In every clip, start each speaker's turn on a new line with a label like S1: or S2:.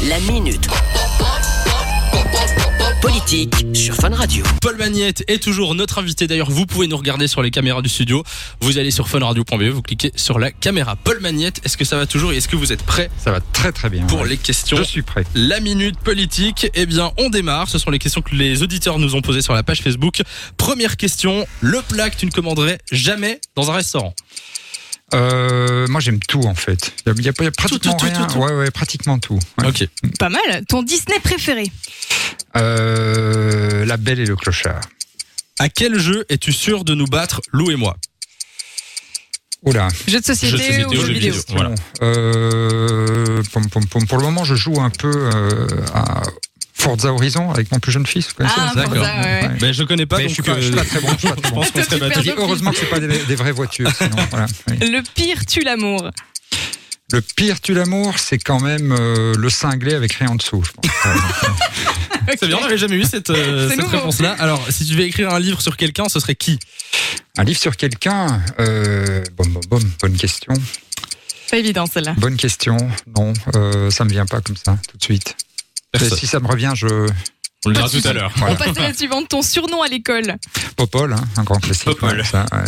S1: La minute. Politique sur Fun Radio.
S2: Paul Magnette est toujours notre invité. D'ailleurs, vous pouvez nous regarder sur les caméras du studio. Vous allez sur funradio.be, vous cliquez sur la caméra. Paul Magnette, est-ce que ça va toujours et est-ce que vous êtes prêt
S3: Ça va très très bien.
S2: pour
S3: ouais.
S2: les questions
S3: Je suis prêt.
S2: La minute politique, eh bien, on démarre. Ce sont les questions que les auditeurs nous ont posées sur la page Facebook. Première question le plat que tu ne commanderais jamais dans un restaurant.
S3: Euh, moi j'aime tout en fait. Il y, a- y a pratiquement
S2: tout, tout,
S3: rien.
S2: tout, tout.
S3: Ouais, ouais, pratiquement tout. Ouais.
S2: Ok.
S4: Pas mal. Ton Disney préféré
S3: Euh, la Belle et le Clochard.
S2: À quel jeu es-tu sûr de nous battre, Lou et moi
S3: Oula.
S4: Jeu de société,
S2: Jeux de société
S4: ou jeux
S2: jeux
S4: vidéo,
S2: vidéo. Voilà.
S3: Euh, pom, pom, pom. Pour le moment, je joue un peu euh, à Forza Horizon avec mon plus jeune fils. Vous connaissez
S4: Ah,
S3: ça
S2: Forza,
S4: ouais, ouais.
S3: Ouais.
S2: Ben, je connais pas.
S3: Mais
S2: donc,
S3: je suis pas- je suis pas très bon, je suis pas très
S2: pense
S4: bon.
S2: qu'on serait
S4: Toi, tu
S2: battus.
S3: Et heureusement que c'est pas des, des vraies voitures. sinon, voilà. Oui.
S4: Le pire tue l'amour.
S3: Le pire tu l'amour, c'est quand même euh, le cinglé avec rien en dessous. je pense.
S2: C'est bien, on n'avait jamais eu cette, euh,
S4: C'est
S2: cette
S4: nouveau.
S2: réponse-là. Alors, si tu devais écrire un livre sur quelqu'un, ce serait qui
S3: un livre sur quelqu'un. Euh, bon, bon, bon, bonne question.
S4: Pas évident celle-là.
S3: Bonne question. Non, euh, ça me vient pas comme ça tout de suite. Mais si ça me revient, je
S2: On le dira
S4: Personne.
S2: tout à l'heure.
S4: On
S3: voilà.
S4: passe à la suivante. Ton surnom à l'école
S3: Popol, hein, un grand classique.
S2: Popol.
S3: ouais, ça, ouais.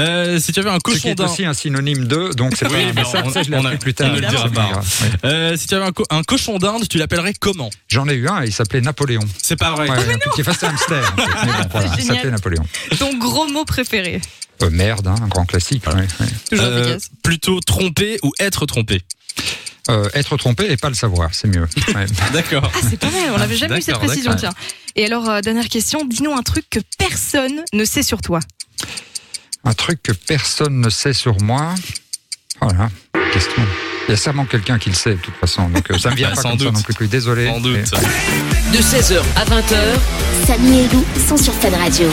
S2: Euh, si tu avais un
S3: Ce qui
S2: cochon
S3: est
S2: d'un.
S3: aussi un synonyme de, donc c'est
S2: Oui,
S3: pas-
S2: mais
S3: mais ça,
S2: on-
S3: ça, je l'ai
S2: on a-
S3: appris plus
S2: on
S3: tard.
S2: ne le
S3: c'est
S2: dira pas.
S3: grave, ouais.
S2: Euh, si tu avais un, co- un cochon d'Inde, tu l'appellerais comment
S3: J'en ai eu un, il s'appelait Napoléon.
S2: C'est pas vrai.
S3: Ouais, un petit face à hamster. en fait. Mais bon, voilà, il
S4: génial.
S3: s'appelait Napoléon.
S4: Ton gros mot préféré
S3: Euh, merde, hein, un grand classique. ouais, ouais.
S4: Toujours
S2: Euh,
S4: efficace.
S2: plutôt tromper ou être trompé.
S3: Euh, être trompé et pas le savoir, c'est mieux. Ouais.
S2: D'accord.
S4: Ah, c'est pas mal. On n'avait jamais eu cette
S2: D'accord,
S4: précision.
S3: d'accord.
S4: Tiens. Et alors, euh, dernière question. Dis-nous un truc que personne ne sait sur toi.
S3: Un truc que personne ne sait sur moi. Voilà, question. Il y a sûrement quelqu'un qui le sait, de toute façon. Donc euh, ça me vient
S2: Bah,
S3: pas
S2: sans
S3: comme ça
S2: doute.
S3: non plus. Désolé.
S2: Sans doute.
S1: De 16h à 20h,
S5: Samy et Lou sont sur Fan Radio.